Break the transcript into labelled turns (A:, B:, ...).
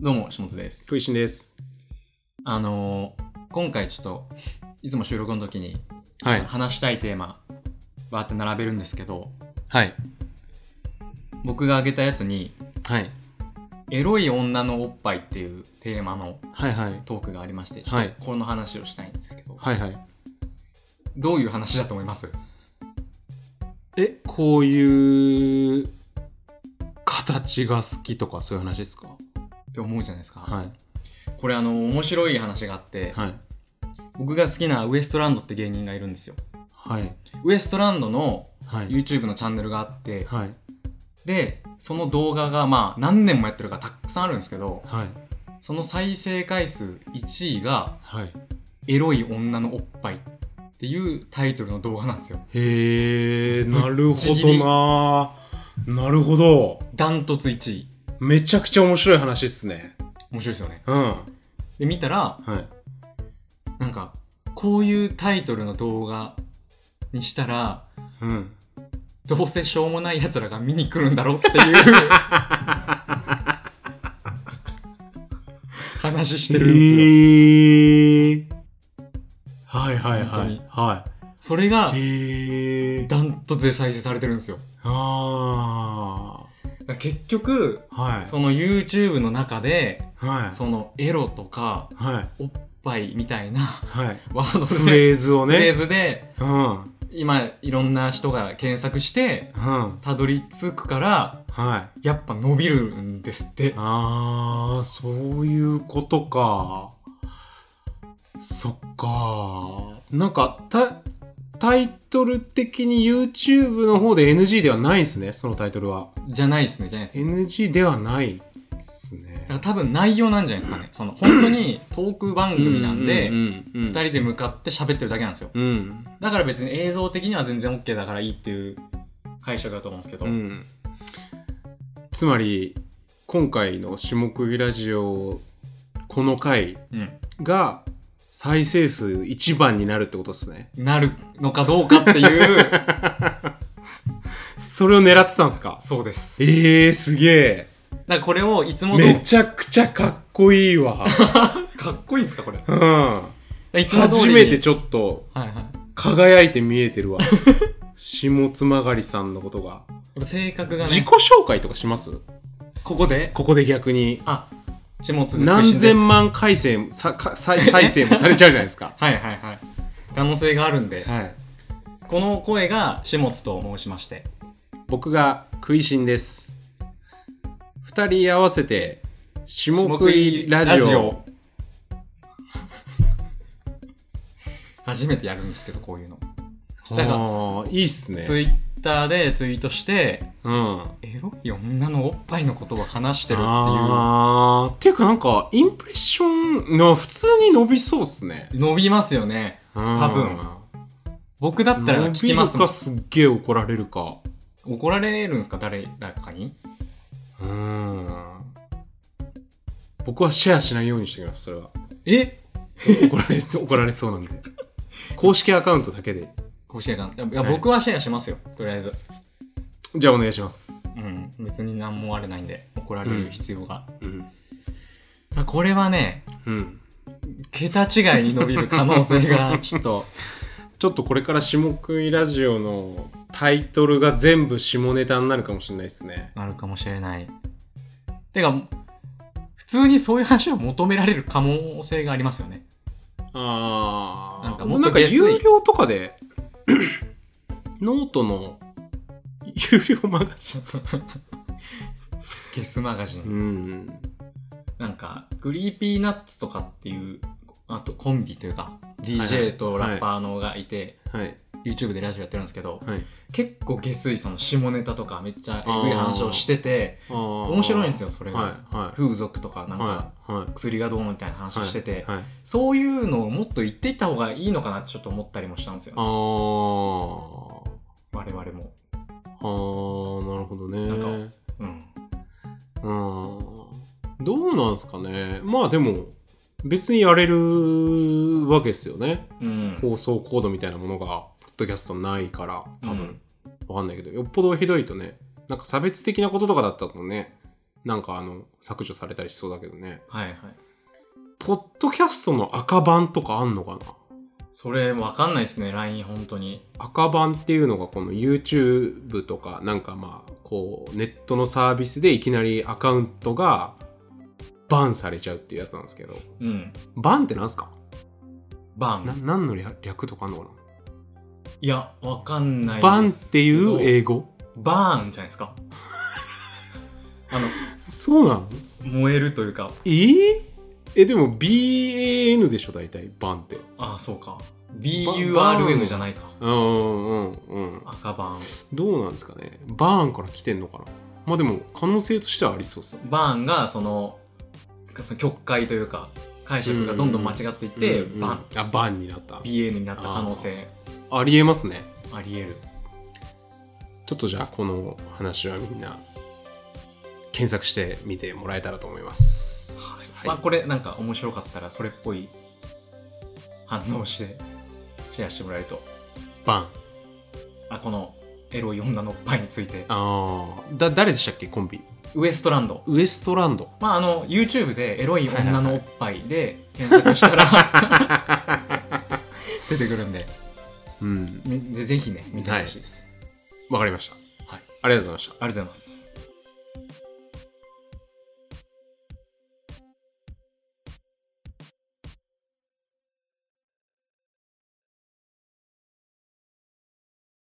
A: どうも、しもつです。
B: 食いしんです。
A: あのー今回ちょっと、いつも収録の時に、
B: は。
A: 話したいテーマ、バーって並べるんですけど、
B: はい。
A: 僕が挙げたやつに、
B: はい。
A: エロい女のおっぱいっていうテーマの
B: はいはい。
A: トークがありまして、ちょ
B: は
A: っ
B: い
A: とこの話をしたいんですけど、
B: はいはい。
A: どういう話だと思います
B: え、こういう形が好きとかそういう話ですか
A: って思うじゃないですか。
B: はい。
A: これ、あのー面白い話があって、
B: はい。
A: 僕が好きなウエストランドって芸人がいるんですよ。
B: はい。
A: ウエストランドの
B: はい
A: YouTube のチャンネルがあって、
B: はい。
A: で、その動画がまあ何年もやってるからたくさんあるんですけど、
B: はい。
A: その再生回数1位が
B: はい。
A: 「エロい女のおっぱい」っていうタイトルの動画なんですよ
B: へえ、なる
A: ち
B: ほ
A: ぎり
B: ど ななるほど。
A: ダントツ1位
B: めちゃくちゃ面白い話っすね。
A: 面白いですよね
B: うん。は
A: で見たら
B: い。
A: なんかこういうタイトルの動画にしたら
B: うん。
A: どうせしょうもない奴らが見に来るんだろうっていう話してるんですよ
B: へえ。はいはい
A: 本当
B: は
A: に
B: い。は
A: それが
B: い。へえ。
A: ダントツで再生されてるんですよ
B: あ
A: だから結局
B: あ。はい。
A: その YouTube の中で
B: はい。
A: そのエロとか
B: はい。
A: おっぱいみたいな
B: はい。
A: ワードで
B: フレーズを
A: フレ
B: ね
A: ー。ズで
B: うん。うん。
A: 今いろんな人が検索して
B: はい。
A: たどり着くから
B: あ
A: やっぱ伸びるんですって
B: あー、そういうことか。そっか。なんか、た、タイトル的に YouTube の方で NG ではないですね、そのタイトルは。
A: じゃないですねじゃないですね
B: NG ではないです
A: だ
B: ね
A: か。ら多分内容なんじゃないですかねその本当にトーク番組なんで
B: 二
A: 2人で向かって喋ってるだけなんですよ
B: うん。
A: だから別に映像的には全然 OK だからいいっていう解釈だと思うんですけど、
B: うん、つまり今回の「下区ラジオ」この回
A: うん
B: が再生数1番になるってことですね
A: なるのかどうかっていう
B: それを狙ってたんですか
A: そうです
B: えー、すげえ
A: だからこれをいつも
B: め
A: と
B: ちゃくちゃかっこい いわ
A: かっこいいんですかこれ
B: うん
A: いつも通
B: 初
A: りに
B: めてちょっと
A: はいはい
B: 輝いて見えてるわ下妻狩りさんのことが
A: やっぱ性格がね
B: 自己紹介とかします
A: ここで
B: ここで逆に
A: あ、下津です。
B: 何千
A: 万
B: 万回生さか再再生もされちゃうじゃないですか
A: はいはいはい。可能性があるんで、
B: はい
A: この声が下津と申しまして。
B: 僕が食いしんです二人合わせて下食いラジオ
A: 下食いラジオ初めてやるんですけど、こういうの。だから
B: あーいいっすね
A: ツイッターでツイートして、
B: うんっ
A: エロい女のおっぱいのことを話しててるってい
B: あーっていうかなんかインプレッションの普通に伸びそうっすね
A: う。伸びますよね。
B: 多
A: 分僕だったら
B: 伸
A: 聞
B: び
A: きま
B: る
A: すも
B: か
A: ん。
B: すっげえ怒られるか
A: 怒られるんですか誰だかに
B: うん僕はシェアしないようにしてきますそれは
A: え
B: 怒 られ怒られそうなんで公式アカウントだけで
A: 公式アカウントいや、
B: はい
A: 僕はシェアしますよ。とりあえず。
B: じゃあお願いします
A: うん。別に何もあれないんで、怒られる必要が。
B: うん
A: まあこれはね、
B: うん
A: 桁違いに伸びる可能性がちょっと
B: ちょっとこれから下食いラジオのタイトルが全部下ネタになるかもしれないですね。
A: あるかもしれない。てか、普通にそういう話を求められる可能性がありますよね。
B: あ
A: なんかも
B: も
A: っ
B: う
A: と
B: なんか
A: 下水
B: 有料とかで、 ノートの有料マガジン。
A: ゲスマガジ
B: う
A: ン。
B: ん。
A: なんか、グリーピーナッツとかっていう、あとコンビというか、
B: はい
A: DJ とラッパーのがいて、
B: はい。
A: YouTube でラジオやってるんですけど、
B: はい。
A: 結構下水その下ネタとかめっちゃえぐい話をしてて、面
B: 面
A: 白いんです
B: よ、
A: よ、それが。
B: はい。はい。
A: 風俗とかなんか、
B: はい。はい。
A: 薬がどうみたいな話をしてて、
B: はい。
A: そういうのをもっと言っていった方がいいのかなってちょっと思ったりもしたんですよ、
B: あ
A: ね、
B: ー。
A: 我々も。
B: あー、なるほどね。
A: なんかうん。
B: うんどうなんすかねまあでも別にやれるわけですよね
A: うん。
B: 放送コードみたいなものがポッドキャストないから多
A: うん
B: 分、わかんないけどよっぽどひどいとねなんか差別的なこととかだったらねなんかあの、削除されたりしそうだけどね。
A: はいはい。
B: ポッドキャストの赤版とかあんのかな
A: それ、わかんないですね、LINE、本当に。
B: 赤版っていうのがこの YouTube とかなんかまあこうネットのサービスでいきなりアカウントがバンされちゃうっていうやつなんですけど
A: うん。
B: バンってなんすか
A: バ
B: な
A: ン。
B: 何の略略とかあんのか
A: いや、わかんないで
B: な
A: す
B: バンっていう
A: けど
B: 英語
A: バーンじゃないです か。あの、
B: そうなの
A: 燃えるというか、
B: えー、えでも BAN でしょ大体バンって
A: ああ、そうか。
B: バー
A: BURN
B: ン
A: じゃないか。
B: うんうんうん
A: 赤バン。
B: どうなんですかねバーンから来てんのかなまあでも可能性としてはありそうっすね
A: バーンが、その、その曲解というか、解釈がどんどん間違っていって、
B: うんうん
A: バン、
B: あバンになった
A: BN になった可能性
B: ありえますね
A: あり得る。
B: ちょっとじゃあこの話はみんな検索してみてもらえたらと思います。
A: はい
B: はい
A: まあこれなんか面白かったらそれっぽい反応をしてシェアしてもらえると
B: バン。
A: あこのエロい女のっぱいについて
B: あーだ誰でしたっけコンビ？
A: ウエストランド
B: ウエストランド。
A: まああの YouTube でエロい女のおっぱいで検索したら出てくるんで
B: うん。
A: みでぜひね見てほしいです、
B: わかりました。
A: はい
B: ありがとうございました。
A: ありがとうございます